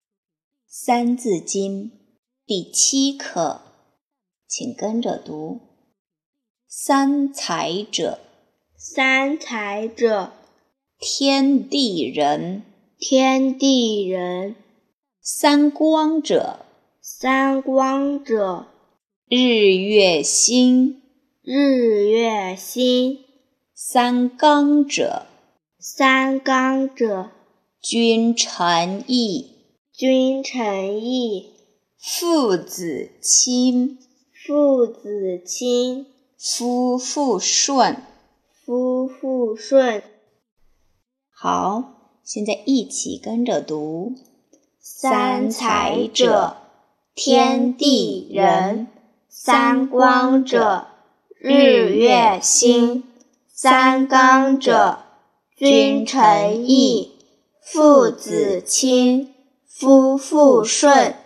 《三字经》第七课，请跟着读：三才者，三才者，天地人；天地人；三光者，三光者，日月星；日月星；三纲者，三纲者，君臣义；君臣义；父子亲；父子亲；夫妇顺。夫妇顺。好，现在一起跟着读：三才者，天地人；三光者，日月星；三纲者，君臣义；父子亲，夫妇顺。